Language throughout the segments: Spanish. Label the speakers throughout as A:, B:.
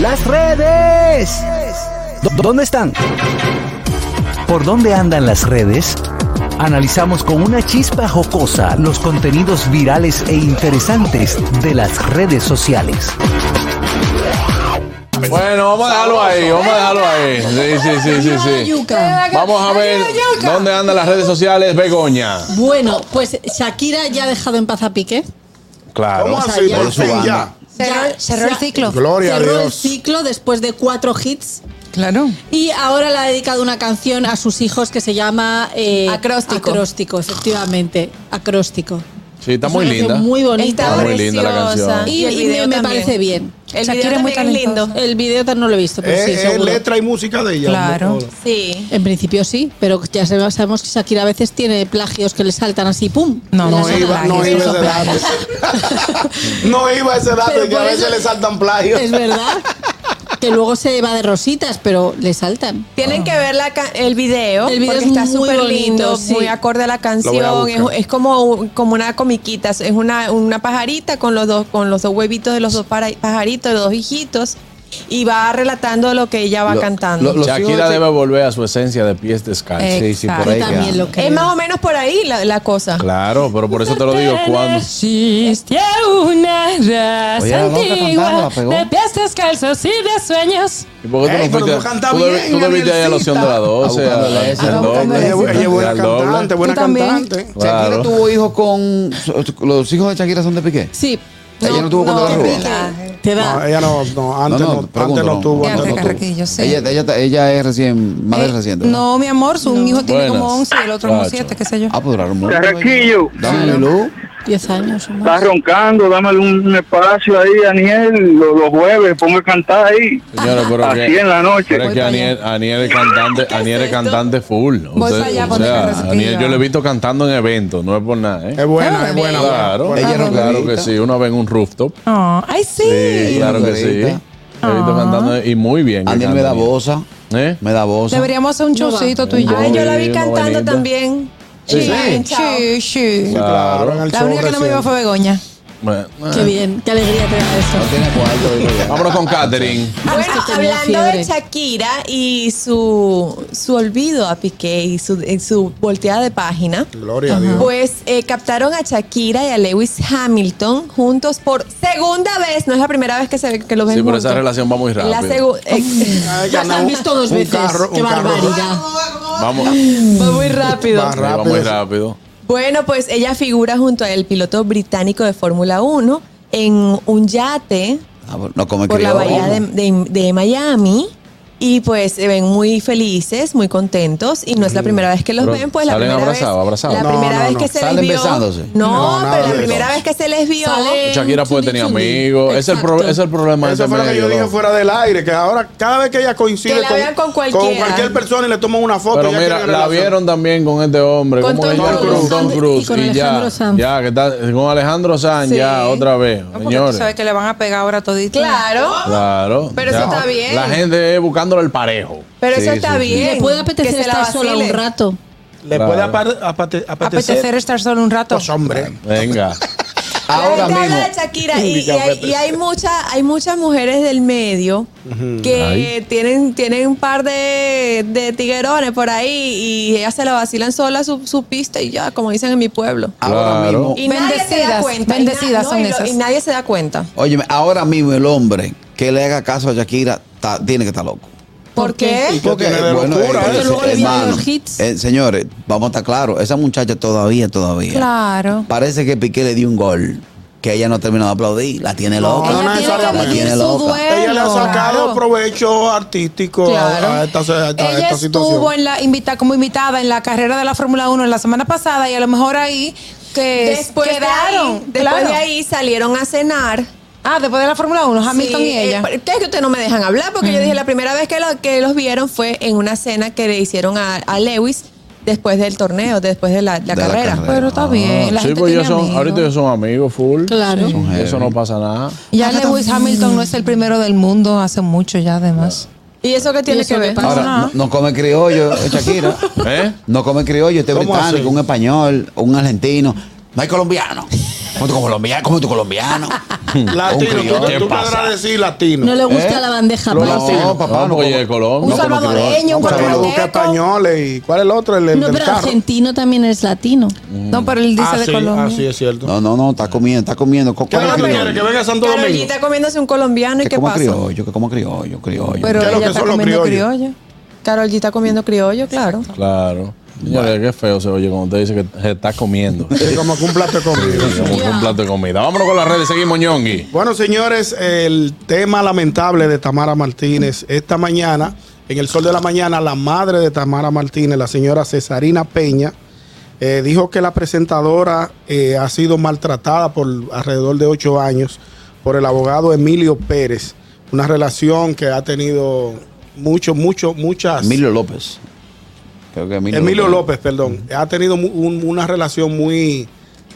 A: Las redes. ¿Dónde están? ¿Por dónde andan las redes? Analizamos con una chispa jocosa los contenidos virales e interesantes de las redes sociales.
B: Bueno, vamos a dejarlo ahí, vamos a dejarlo ahí. Sí, sí, sí, sí, sí.
C: Yuca.
B: Vamos a ver dónde andan las redes sociales, Begoña.
C: Bueno, pues Shakira ya ha dejado en paz a Piqué.
B: Claro.
D: ¿Cómo
C: sea,
D: así?
C: ya.
D: Por fin ya.
C: Ya
E: cerró el
C: se ha-
E: ciclo.
D: Gloria a
C: cerró el
D: Dios.
C: ciclo después de cuatro hits.
F: Claro.
C: Y ahora le ha dedicado una canción a sus hijos que se llama eh,
E: Acróstico.
C: Acróstico, efectivamente. Acróstico.
B: Sí, está
C: Es
B: muy
C: una canción
B: linda.
C: Muy bonita.
B: Está muy linda la
E: preciosa.
B: canción.
C: Y,
E: el
C: y
E: video
C: me, me
E: también.
C: parece bien.
E: El
F: Shakira
E: video
F: es muy
E: también es
F: talentosa.
E: lindo.
C: El video tan no lo he visto, pero
D: Es,
B: Eh,
C: sí,
D: es
C: seguro.
D: letra y música de ella.
F: Claro.
E: Sí.
C: En principio sí, pero ya sabe- sabemos que Shakira a veces tiene plagios que le saltan así, ¡pum!
F: No,
C: Le
F: no
C: saltan
F: iba-
C: aquí,
F: no
C: esos
F: iba
C: son
D: ese
C: plagios.
D: No iba a ese dato
C: Pero
D: de que a
C: por
D: veces
C: eso-
D: le saltan plagios.
C: Es verdad que luego se va de rositas, pero le saltan.
E: Tienen que ver la ca- el video,
C: El video
E: porque
C: es
E: está
C: muy
E: súper lindo,
C: bonito, sí.
E: muy acorde a la
D: Lo
E: canción.
D: voy a
E: Es,
D: buscar.
E: es como, un- como una comiquita, es una, una pajarita con los dos con los dos huevitos de los dos para- pajaritos, los dos hijitos, y va relatando lo que ella va
G: Lo-
E: cantando.
G: lo- los
B: Shakira
G: hijos de-
B: debe volver a su esencia de pies descalzos.
G: Sí, sí, por
C: Yo
G: ahí que
C: también
G: anda.
C: lo creo.
E: es más o menos por ahí la, la cosa.
B: Claro, pero por eso te lo digo. Cuando,
F: Existe una raza
G: Oye, la loca cantando, la pegó.
F: antigua de pies descalzos y de sueños.
B: ¿Y por qué tú
D: Ey,
B: no
D: pero
B: fuiste?
D: tú cantas
B: Tú, deb-
D: bien,
B: tú debiste ir a la opción de la 12,
G: Ah,
B: al-
G: buscándole
B: al
G: eso,
B: doble.
G: buscándole
D: Ella, ella es buena
B: Al doble.
D: cantante, buena
E: Tú también.
D: cantante.
B: Claro.
G: Shakira tuvo hijos con. Los hijos de Shakira son de Piqué.
C: Sí.
G: Ella no tuvo cuando era
C: te
G: rubia.
C: da, Te
D: No, eh,
C: da.
D: ella no, no, antes no,
G: pregunto,
D: antes no tuvo.
F: Ya,
D: antes no
F: Rebeca
D: tuvo.
F: Carraquillo, sí.
G: Ella, ella, ella es recién, madre
F: Eh,
G: reciente. ¿verdad?
F: No, mi amor, su un hijo tiene como
B: Buenas.
F: 11 y el otro como
B: Pacho.
F: 7, qué sé yo.
G: Ah, pues duraron mucho.
H: Carraquillo.
G: Dame luz.
C: 10 años. o
H: Está
C: más.
H: roncando, dámele un, un espacio ahí, Daniel, lo- los, jueves, ponga a cantar ahí.
B: Señores, pero
H: Así
B: que-
H: en la noche.
B: Pero es
F: Voy
B: que
F: pa'
B: Aniel, Aniel es cantante, Aniel es cantante full.
F: Voy pa' allá,
B: o
F: ponte
B: sea,
F: carrasquillo.
B: Aniel yo lo he visto cantando en eventos, no es por nada, ¿eh?
D: Es buena, es
F: Claro,
D: buena.
B: Claro,
D: buena.
G: Ella
B: claro,
G: no
B: claro que
G: grita.
B: sí. Una vez en un rooftop.
F: Ah, ay, sí.
B: Sí, claro que sí. He
G: grita.
B: visto cantando y muy bien. que
G: Aniel me
B: canta
G: da
B: Aniel.
G: bosa.
B: ¿Eh?
G: Me da bosa.
F: Deberíamos hacer un
C: No va.
F: showcito tú y yo.
E: Ay, yo la vi
B: Una
E: cantando
B: buenita.
E: también.
B: Sí,
E: En Chao.
F: Sí, sí.
D: Sí, claro, en el
F: La
D: show
F: única que no me
D: recién.
F: iba fue Begoña.
B: Bueno, eh,
C: Qué bien, qué alegría te da
G: No
C: eso.
G: tiene cuarto. digo yo.
B: Vámonos con Katherine.
E: Bueno,
C: Es que tenía
E: hablando de
C: fiebre.
E: Shakira y su, su olvido a Piqué y su, en su volteada de página,
D: Gloria a Dios.
E: pues eh, captaron a Shakira y a Lewis Hamilton juntos por segunda vez. No es la primera vez que, se, que los ven
B: Sí, pero
E: juntos.
B: esa relación va muy
E: La
B: rápido.
E: segu- eh,
D: Ay,
C: Ya se
D: ganó
C: han visto dos
D: un
C: veces.
D: carro,
C: qué
D: un carro.
C: barbaridad.
B: Vamos.
E: va muy rápido.
D: Va
B: Sí, va muy
D: rápido.
B: rápido.
E: Bueno, pues ella figura junto al piloto británico de Fórmula 1 en un yate
G: Ah, pues, No come
E: por la
G: criollo.
E: bahía de, de- de Miami. Y pues se ven muy felices, muy contentos. Y no
D: Mm.
E: es la primera vez que los
B: Pero
E: ven, pues la
B: salen
E: primera
B: abrazados,
E: vez.
B: abrazados.
E: La
D: No,
E: primera
D: no,
E: vez
D: no.
E: que se
G: Salen
E: les vio.
G: besándose.
E: No,
D: No, nada
E: pero la
D: de
E: primera
D: eso.
E: vez que se les vio.
C: Salen
B: Shakira puede
C: chundi,
B: tener
C: chundi.
B: amigos. Es el, pro-
C: Exacto.
B: es el problema de este
D: Eso fue lo que yo dije fuera del aire, que ahora cada vez que ella coincide
E: Que la vean con cualquiera.
D: cualquier persona y le toman una foto.
B: Pero
D: ya
B: mira,
D: quieren
B: la
D: relación.
B: vieron también con este hombre,
E: Con
B: ¿cómo
E: Tom
B: que llama?
E: Cruise.
B: con Tom
C: Y
B: Cruise
C: con
B: y, ya,
C: Alejandro Sanz.
B: ya que está con Alejandro Sanz
E: Sí.
B: ya otra vez,
F: No, porque tú
B: señores.
F: sabes que le van a pegar ahora todito.
E: Claro.
B: Claro.
E: Pero
B: ya.
E: eso está bien.
B: La gente buscándole el parejo.
E: Pero
G: Sí,
E: eso está
G: sí, sí.
E: bien.
C: Le puede
E: que
C: apetecer
E: se la
C: estar sola un
E: vacile.
C: rato.
D: Le
B: Claro.
D: puede apar- apate- apetecer.
F: Apetecer estar solo un rato.
D: Pues hombre.
B: Venga.
E: La
G: Ahora
E: gente habla
G: mismo. pues,
E: de Shakira y,
D: Única
E: y hay,
D: vez.
E: y hay mucha- hay muchas mujeres del medio que tienen, tienen un par de, de tiguerones por ahí y ellas se la vacilan sola su, su pista y ya, como dicen en mi pueblo.
G: Ahora
B: Claro.
G: mismo.
E: Y nadie se da
F: Bendecidas,
E: cuenta.
F: bendecidas
E: y na-
F: son
E: y lo-
F: esas.
E: Y nadie se da cuenta.
G: Óyeme, ahora mismo el hombre que le haga caso a Shakira está- tiene que estar loco. eh,
E: ¿Por qué?
D: ¿Qué tiene de locura
C: Porque
D: eso?
C: luego le vienen
G: hermano,
C: los hits.
G: eh, señores, vamos a estar claros. Esa muchacha todavía, todavía.
F: Claro.
G: Parece que Piqué le dio un gol. Que ella no ha terminado de aplaudir. La tiene
D: No,
G: loca.
D: no
G: La
D: necesariamente.
G: tiene
F: Su
G: loca.
F: duelo,
D: Ella le ha sacado
F: claro.
D: provecho artístico
F: Claro.
D: Oh, a, a esta, a esta- a
F: ella
D: esta
F: estuvo
D: situación.
F: en la, invita, como invitada en la carrera de la Fórmula 1 en la semana pasada y a lo mejor ahí que
E: Después,
F: quedaron.
E: de, ahí, después
F: claro.
E: de ahí salieron a cenar.
F: Ah, después de la Fórmula 1, Hamilton
E: Sí,
F: y
E: eh,
F: ella.
E: pero ustedes que ustedes no me dejan hablar porque yo dije la primera vez que, lo- que los vieron fue en una cena que le hicieron a, a Lewis después del torneo, después de la, la
G: De la
E: carrera.
G: carrera.
F: Pero está bien. La
B: sí,
F: gente
B: pues
F: tiene
B: ellos son,
F: amigos.
B: ahorita ellos son amigos full.
C: Claro.
B: Sí, Eso no pasa nada.
F: Ya Lewis Hamilton no es el primero del mundo hace mucho ya además.
E: ¿Y eso qué tiene
C: eso
E: que
C: qué
E: ver?
C: pasa?
G: Ahora, no, no come criollo, eh, Shakira.
B: ¿Eh?
G: No come criollo, este
D: ¿Cómo
G: británico,
D: así?
G: un español, un argentino. No hay colombiano. Como tu colombiano, como tu colombiano.
D: Latino,
G: Un
D: tú,
G: criollo.
D: tú podrás decir latino.
C: No le gusta
G: ¿Eh?
C: la bandeja
G: Lo
C: paisa.
G: latino. No, papá, no.
B: porque yo de Colón.
F: Un
B: No, porque
F: salvadoreño, un
D: Pero lo
F: guatemalteco.
D: busca españoles y ¿cuál es el otro? El, el
C: No,
D: del
C: pero
D: carro.
C: argentino también es latino.
F: No, pero él dice
D: Ah,
F: de
D: sí,
F: Colombia.
D: ah, sí, es cierto.
G: No, no, no, está comiendo, está comiendo. Co-
D: ¿Qué es
G: come
D: lo que
G: criollo.
D: quiere? Que venga a Santo Domingo.
E: Carolita comiéndose un colombiano y
G: Que
E: qué
G: coma
E: pasa.
G: criollo, que coma criollo, criollo.
E: Pero
D: ¿Qué es lo
E: ella
D: que
E: está
D: son los
E: comiendo
D: criollos?
E: criollo. Carol G está comiendo criollo, claro.
B: Claro. Señores, qué feo se oye cuando usted dice que se está comiendo.
D: Es como que un plato de comida.
B: Como que un plato de comida. Vámonos con las redes, seguimos ñongui.
D: Bueno, señores, el tema lamentable de Tamara Martínez. Esta mañana, en el sol de la mañana, la madre de Tamara Martínez, la señora Cesarina Peña, eh, dijo que la presentadora eh, ha sido maltratada por alrededor de ocho años por el abogado Emilio Pérez. Una relación que ha tenido mucho, mucho, muchas.
G: Emilio López. Creo que Emilio,
D: Emilio López, perdón. Ha tenido mu- un- una relación muy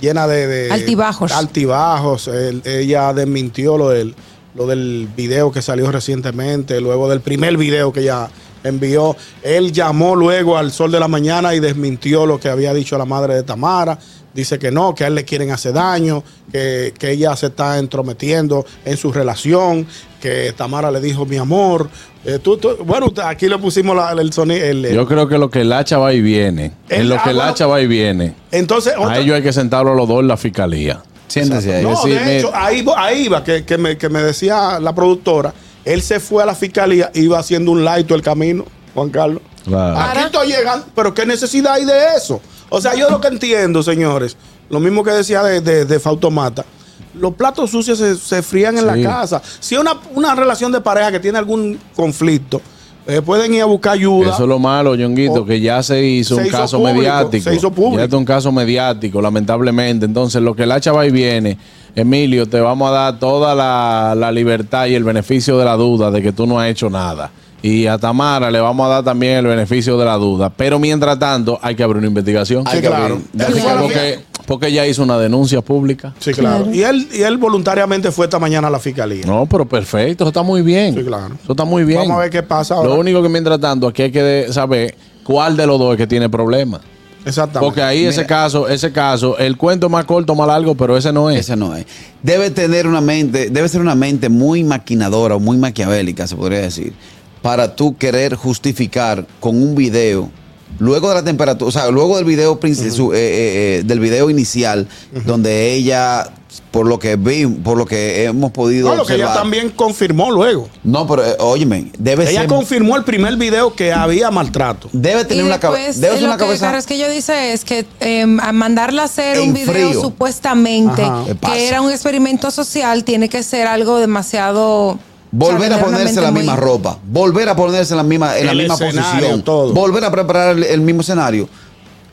D: llena de... de-
F: Altibajos.
D: Altibajos. Él- ella desmintió lo del, lo del video que salió recientemente, luego del primer video que ella envió. Él llamó luego al Sol de la Mañana y desmintió lo que había dicho la madre de Tamara. Dice que no, que a él le quieren hacer daño, que, que ella se está entrometiendo en su relación, que Tamara le dijo, mi amor. eh, tú- tú- bueno, aquí le pusimos la- el sonido. el- el-
B: Yo creo que lo que el hacha va y viene. Es
D: El-
B: lo que
D: ah,
B: el
D: bueno.
B: hacha va y viene.
D: Entonces, otra-
B: A ellos hay que sentarlo los dos en la fiscalía.
G: Siéntese ahí.
D: no,
B: decir,
D: de hecho,
B: mira.
D: ahí, vo- ahí iba, que, que me, que me decía la productora, él se fue a la fiscalía, iba haciendo un light todo el camino, Juan Carlos.
B: Claro.
D: Aquí estoy llegando, pero ¿qué necesidad hay de eso? O sea, yo lo que entiendo, señores, lo mismo que decía de, de, de Fautomata, los platos sucios se, se frían en
B: Sí.
D: la casa. Si es una, una relación de pareja que tiene algún conflicto, eh, pueden ir a buscar ayuda.
B: Eso es lo malo, Yonguito,
D: O-
B: que ya se hizo
D: se
B: un
D: hizo
B: caso
D: público,
B: mediático.
D: se hizo público.
B: Ya es un caso mediático, lamentablemente. Entonces, lo que el hacha va y viene, Emilio, te vamos a dar toda la, la libertad y el beneficio de la duda de que tú no has hecho nada. Y a Tamara le vamos a dar también el beneficio de la duda. Pero mientras tanto, hay que abrir una investigación.
G: Hay que
D: claro.
G: abrir.
D: Él fue a la
B: Porque, porque ella hizo una denuncia pública.
D: Sí, claro. Y, él, y él voluntariamente fue esta mañana a la fiscalía.
B: No, pero perfecto, eso está muy bien.
D: Sí, claro.
B: Eso está muy bien.
D: Vamos a ver qué pasa ahora.
B: Lo único que mientras tanto, aquí hay que de- saber cuál de los dos es que tiene problemas.
D: Exactamente.
B: Porque ahí ese
G: Mira.
B: caso, ese caso, el cuento más corto, más largo, pero ese no es.
G: Ese no es. Debe tener una mente, debe ser una mente muy maquinadora o muy maquiavélica, se podría decir, para tú querer justificar con un video, luego de la temperatura, o sea, luego del video, princi- su- eh, eh, eh, del video inicial, donde ella, por lo que vi, por lo que hemos podido
D: No, lo que ella
G: observar-
D: también confirmó luego.
G: No, pero eh, óyeme, debe
B: Pues
D: Ella
G: ser-
D: confirmó el primer video que había maltrato.
G: debe tener una, cabe-
F: después, eh,
G: debe ser
F: lo
G: una
F: que,
G: cabeza.
F: Claro, es que yo dice es que eh, a mandarla a hacer
G: En
F: un video
G: frío.
F: supuestamente
D: Ajá.
G: ¿Qué pasa?
F: que era un experimento social tiene que ser algo demasiado
G: Volver
F: o
G: a
F: sea,
G: ponerse la
F: verdaderamente
G: misma
F: muy-
G: ropa, volver a ponerse en la misma, en la
D: El
G: misma
D: escenario,
G: posición,
D: todo.
G: volver a preparar el, el mismo escenario.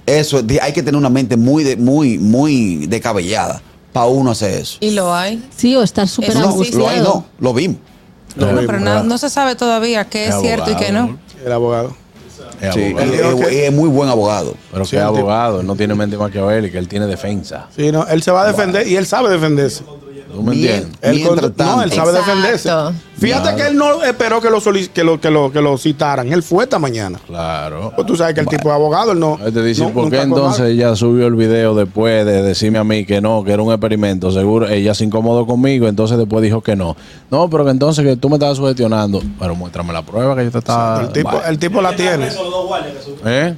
G: Eso, de- hay que tener una mente muy, de- muy, muy descabellada para uno hacer eso.
E: Y lo hay.
C: Sí, o estar súper
E: Eso
G: No,
E: sí,
G: lo, hay,
C: angustiado.
G: no, lo vimos.
F: Bueno,
B: Lo
F: pero
B: vimos,
F: no,
B: ¿verdad?
F: no se sabe todavía qué es
B: Qué
F: cierto y qué
B: abogado,
F: no.
D: El abogado.
B: Es
G: Sí,
B: abogado.
G: es- es- es muy buen abogado.
B: Pero
D: Sí,
B: que es
D: el tipo-
B: abogado, él no tiene mente maquiavélica, él tiene defensa.
D: Sí, no, él se va a defender y él sabe defenderse.
B: ¿Tú me
G: Bien.
B: entiendes?
D: Él
G: Mientras
D: con- no, él
G: tanto.
D: sabe
E: Exacto.
D: defenderse. Fíjate que él no esperó que lo, solic- que lo, que lo, que lo citaran. Él fue esta mañana.
B: Claro.
D: Pues tú sabes que el tipo de abogado, él no.
B: Él te dice,
D: no-
B: ¿por qué
D: nunca con
B: entonces
D: nada.
B: ella subió el video después de decirme a mí que no, que era un experimento? Seguro ella se incomodó conmigo, entonces después dijo que no. No, pero que entonces que tú me estabas sugestionando. Pero muéstrame la prueba que yo te estaba.
D: El tipo,
B: Vale.
D: el tipo la tiene.
B: ¿Eh?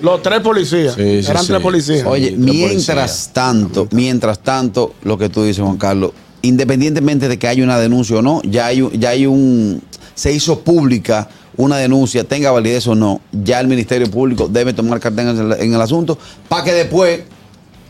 D: Los tres policías.
B: Sí, sí,
D: Eran
B: sí.
D: tres policías.
G: Oye,
B: Sí, la
G: mientras tanto, mientras tanto, lo que tú dices, Juan Carlos, independientemente de que haya una denuncia o no, ya hay, un- ya hay un, se hizo pública una denuncia, tenga validez o no, ya el Ministerio Público debe tomar cartas en el, en el asunto para que después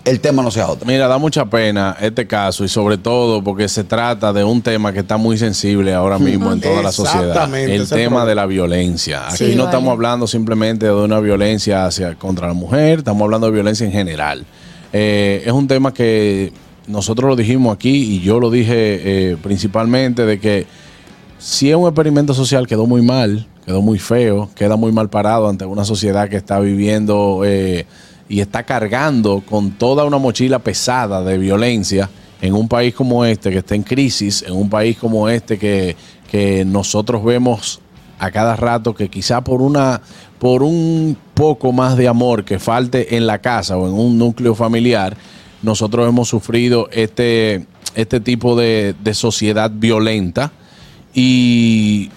G: el tema no sea otro.
B: Mira, da mucha pena este caso y sobre todo porque se trata de un tema que está muy sensible ahora mismo en toda la sociedad.
D: Exactamente,
B: El
D: ese
B: tema
D: problema.
B: de la violencia. Aquí
E: Sí,
B: no
E: vale.
B: estamos hablando simplemente de una violencia hacia contra la mujer, estamos hablando de violencia en general. Eh, es un tema que nosotros lo dijimos aquí y yo lo dije eh, principalmente de que si es un experimento social, quedó muy mal, quedó muy feo, queda muy mal parado ante una sociedad que está viviendo eh, y está cargando con toda una mochila pesada de violencia en un país como este, que está en crisis, en un país como este que, que nosotros vemos a cada rato que quizá por una por un poco más de amor que falte en la casa o en un núcleo familiar nosotros hemos sufrido este, este tipo de, de sociedad violenta y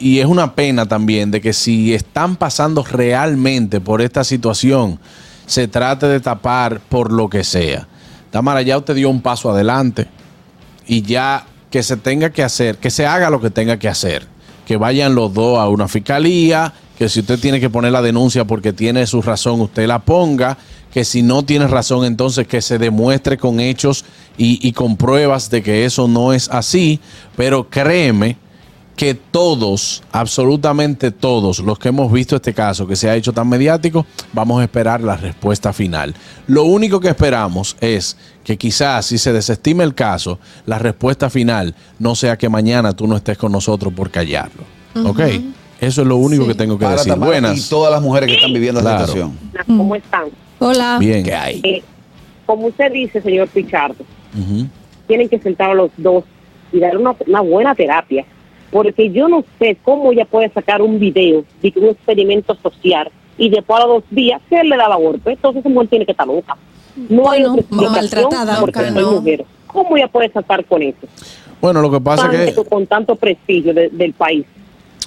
B: y es una pena también de que si están pasando realmente por esta situación, se trate de tapar por lo que sea. Tamara, ya usted dio un paso adelante y ya que se tenga que hacer, que se haga lo que tenga que hacer, que vayan los dos a una fiscalía, que si usted tiene que poner la denuncia porque tiene su razón, usted la ponga, que si no tiene razón, entonces que se demuestre con hechos y, y con pruebas de que eso no es así, pero créeme que todos, absolutamente todos los que hemos visto este caso que se ha hecho tan mediático, vamos a esperar la respuesta final. Lo único que esperamos es que quizás si se desestime el caso, la respuesta final no sea que mañana tú no estés con nosotros por callarlo. ¿Ok? Eso es lo único que tengo que
G: Para
B: decir.
G: Tamara
B: Buenas.
G: Y todas las mujeres que están viviendo
B: Claro.
G: la situación.
B: Mm.
I: ¿Cómo están?
C: Hola.
B: Bien.
G: hay?
I: Eh, como usted dice, señor Pichardo,
B: Ujú.
I: tienen que sentar los dos y dar una, una buena terapia. Porque yo no sé cómo ella puede sacar un video de un experimento social y después a los dos días se le da la golpe. Entonces, esa mujer tiene que estar loca. No hay
C: Bueno,
I: otra explicación
C: maltratada,
I: porque
C: loca,
I: soy
C: no.
I: mujer. ¿Cómo ella puede saltar con eso?
B: Bueno, lo que pasa
I: Tanto-
B: es que
I: Con tanto prestigio de- del país,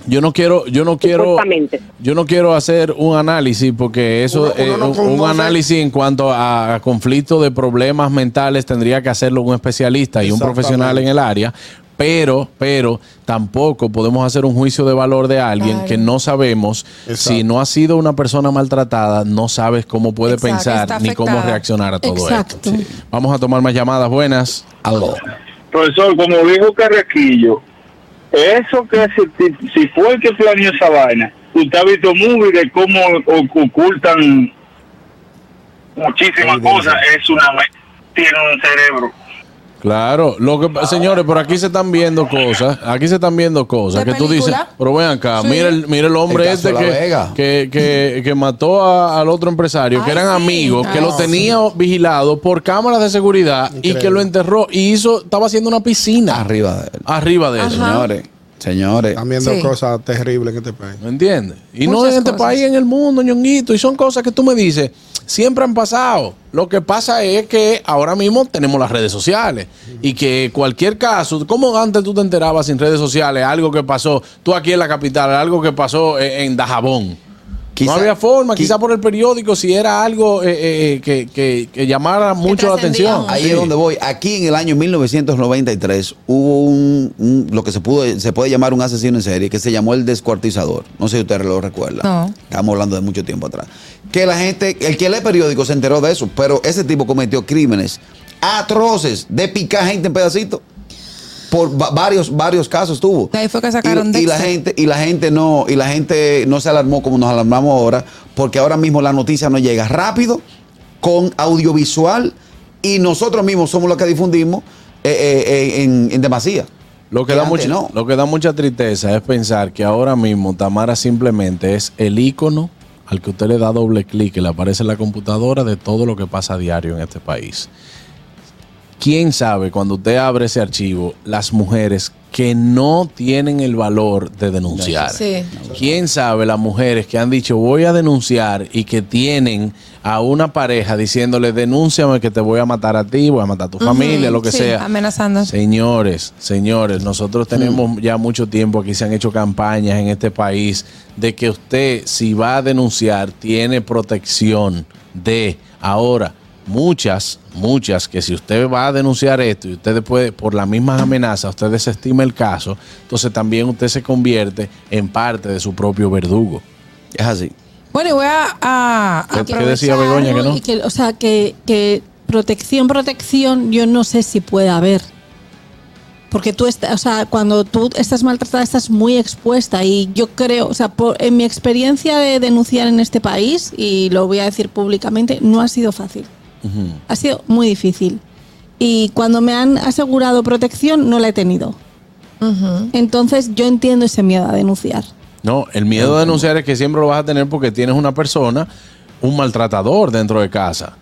B: yo no quiero, yo no quiero,
I: supuestamente.
B: yo no quiero hacer un análisis porque eso,
D: Uno- uno
B: eh,
D: no
B: un- un
D: conoce.
B: análisis en cuanto a, a conflictos de problemas mentales tendría que hacerlo un especialista y un
D: Exactamente.
B: profesional en el área. Pero, pero tampoco podemos hacer un juicio de valor de alguien que no sabemos
D: Exacto.
B: si no ha sido una persona maltratada, no sabes cómo puede
F: Exacto, está
B: pensar ni cómo
F: afectada.
B: reaccionar a todo
C: Exacto.
B: esto. Vamos a tomar más llamadas buenas. Aló.
H: Profesor, como dijo Carrequillo, eso que si, si fue el que planeó esa vaina, usted ha visto movie de cómo o- ocultan muchísimas cosas, es una me- tiene un cerebro.
B: Claro, lo que señores, por aquí se están viendo cosas, aquí se están viendo cosas
F: ¿De
B: que tú dices,
F: película?
B: pero ven acá,
F: Sí.
B: mira el, mira el hombre
G: El caso
B: este
G: de La Vega.
B: que, que, que, que mató a- al otro empresario, que
F: Ay,
B: eran
F: sí.
B: amigos, que lo
F: Ah,
B: tenía vigilado por cámaras de seguridad y que
D: Increíble.
B: lo enterró y hizo, estaba haciendo una piscina
G: Arriba de él.
B: arriba de eso.
F: Ajá.
G: Señores, señores.
D: Están viendo
F: Sí.
D: cosas terribles en este país.
B: ¿Me entiendes? Y no
F: Muchas
B: en este
F: cosas.
B: país, en el mundo, ñonguito. Y son cosas que tú me dices, siempre han pasado. Lo que pasa es que ahora mismo tenemos las redes sociales. Y que cualquier caso, como antes tú te enterabas sin redes sociales, algo que pasó, tú aquí en la capital, algo que pasó eh, en Dajabón.
G: Quizá-
B: no había forma,
G: qui-
B: quizá por el periódico, si era algo eh, eh, que, que- que llamara mucho la
F: trascendía.
B: atención.
G: Ahí
B: Sí.
G: es donde voy. Aquí en el año 1993 hubo un, un- lo que se pudo se puede llamar un asesino en serie que se llamó el descuartizador. No sé si usted lo recuerda.
F: No.
G: Estamos hablando de mucho tiempo atrás. Que la gente, el que lee periódico se enteró de eso, pero ese tipo cometió crímenes atroces de picar gente en pedacitos. Por va- varios varios casos tuvo.
F: De ahí fue que sacaron
G: y, y la
F: Dexter.
G: gente y la gente no y la gente no se alarmó como nos alarmamos ahora, porque ahora mismo la noticia no llega rápido con audiovisual y nosotros mismos somos los que difundimos eh, eh, eh, en, en demasía.
B: Lo que, da mucha,
G: antes no.
B: lo que da mucha tristeza es pensar que ahora mismo Tamara simplemente es el icono al que usted le da doble clic y le aparece en la computadora de todo lo que pasa a diario en este país. ¿Quién sabe cuando usted abre ese archivo las mujeres que no tienen el valor de denunciar?
F: Sí.
B: ¿Quién sabe las mujeres que han dicho voy a denunciar y que tienen a una pareja diciéndole denúnciame que te voy a matar a ti, voy a matar a tu familia, lo que
F: Sí,
B: sea?
F: Amenazando.
B: Señores, señores, nosotros tenemos ya mucho tiempo aquí, se han hecho campañas en este país de que usted, si va a denunciar, tiene protección de ahora. Muchas, muchas, que si usted va a denunciar esto y usted después, por las mismas amenazas, usted desestima el caso, entonces también usted se convierte en parte de su propio verdugo.
G: Es así.
F: Bueno, y voy a. a- a-
B: ¿Qué decía Begoña que no?
C: Y o sea, que, que protección, protección, yo no sé si puede haber. Porque tú, estás, o sea, cuando tú estás maltratada, estás muy expuesta. Y yo creo, o sea, por- en mi experiencia de denunciar en este país, y lo voy a decir públicamente, no ha sido fácil. Ha sido muy difícil. Y cuando me han asegurado protección, no la he tenido. Entonces, yo entiendo ese miedo a denunciar.
B: No, el miedo de denunciar es que siempre lo vas a tener porque tienes una persona, un maltratador dentro de casa.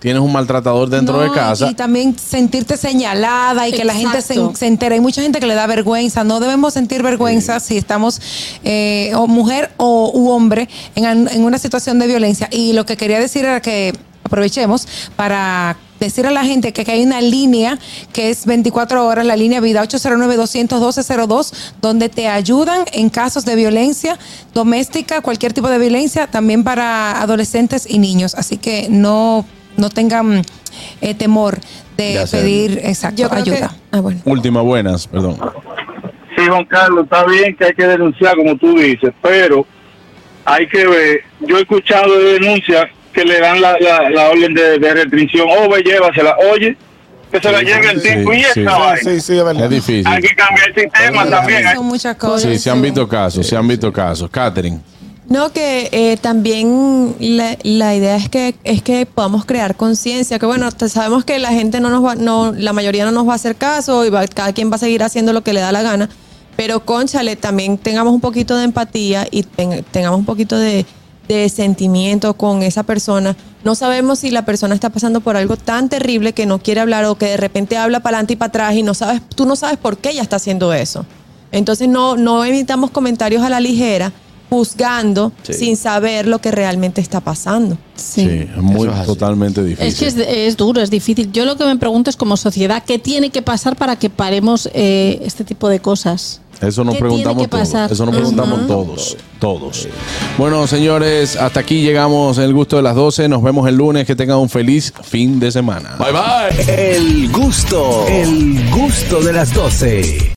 B: Tienes un maltratador dentro
F: No,
B: de casa.
F: Y también sentirte señalada y que la gente se,
C: Exacto.
F: se entera. Hay mucha gente que le da vergüenza. No debemos sentir vergüenza si estamos, eh, o mujer o u hombre, en, an- en una situación de violencia. Y lo que quería decir era que aprovechemos para decir a la gente que, que hay una línea que es 24 horas, la línea Vida 809-212-02, donde te ayudan en casos de violencia doméstica, cualquier tipo de violencia, también para adolescentes y niños. Así que no, no tengan eh, temor
G: De
F: de
G: hacerlo.
F: pedir exacto,
E: Yo creo que-
F: ayuda. Ah, bueno.
B: Última, buenas, perdón.
H: Sí, Juan Carlos, está bien que hay que denunciar, como tú dices, pero hay que ver. Yo he escuchado de denuncias que le dan la, la- la orden de, de restricción. o ve, llévasela. Oye, que se la lleve el
B: sí,
H: tipo y
B: sí.
H: esa
B: Sí,
H: vaina.
D: Sí, sí, es
B: Es
D: verdad.
B: difícil.
H: Hay que cambiar este el sistema también.
F: Son muchas cosas.
B: Sí, se han visto casos, se han visto casos. Catherine.
E: No, que eh, también la, la idea es que es que podamos crear conciencia, que bueno, te- sabemos que la gente no nos va, no, la mayoría no nos va a hacer caso y va- cada quien va a seguir haciendo lo que le da la gana, pero conchale, también tengamos un poquito de empatía y ten- tengamos un poquito de, de sentimiento con esa persona. No sabemos si la persona está pasando por algo tan terrible que no quiere hablar o que de repente habla para adelante y para atrás y no sabes, tú no sabes por qué ella está haciendo eso. Entonces no, no evitamos comentarios a la ligera, juzgando
G: Sí.
E: sin saber lo que realmente está pasando.
C: Sí.
B: Sí, es muy
G: Eso es así.
B: totalmente difícil.
C: Es que es, es duro, es difícil. Yo lo que me pregunto es como sociedad, ¿qué tiene que pasar para que paremos eh, este tipo de cosas?
B: Eso nos
C: ¿Qué tiene
B: preguntamos
C: que
B: todos.
C: pasar?
B: Eso nos
C: Ujú.
B: preguntamos todos. Todos. Bueno, señores, hasta aquí llegamos en el gusto de las 12. Nos vemos el lunes. Que tengan un feliz fin de semana.
G: bye.
A: El gusto, el gusto de las 12.